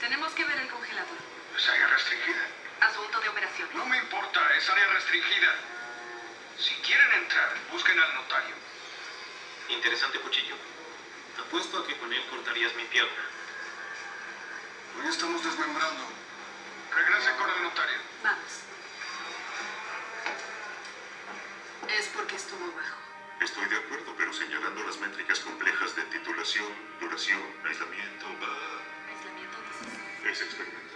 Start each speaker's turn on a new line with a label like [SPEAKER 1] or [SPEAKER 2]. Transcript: [SPEAKER 1] Tenemos que ver el congelador.
[SPEAKER 2] Es área restringida.
[SPEAKER 1] Asunto de operaciones.
[SPEAKER 2] No me importa, es área restringida. Si quieren entrar, busquen al notario.
[SPEAKER 3] Interesante cuchillo. Apuesto a que con él cortarías mi pierna.
[SPEAKER 4] Hoy estamos desmembrando.
[SPEAKER 2] Regresen con el notario.
[SPEAKER 1] Vamos. Es porque estuvo bajo.
[SPEAKER 5] Estoy de acuerdo, pero señalando las métricas complejas de titulación, duración, aislamiento, va.
[SPEAKER 1] Aislamiento
[SPEAKER 5] Es experimento.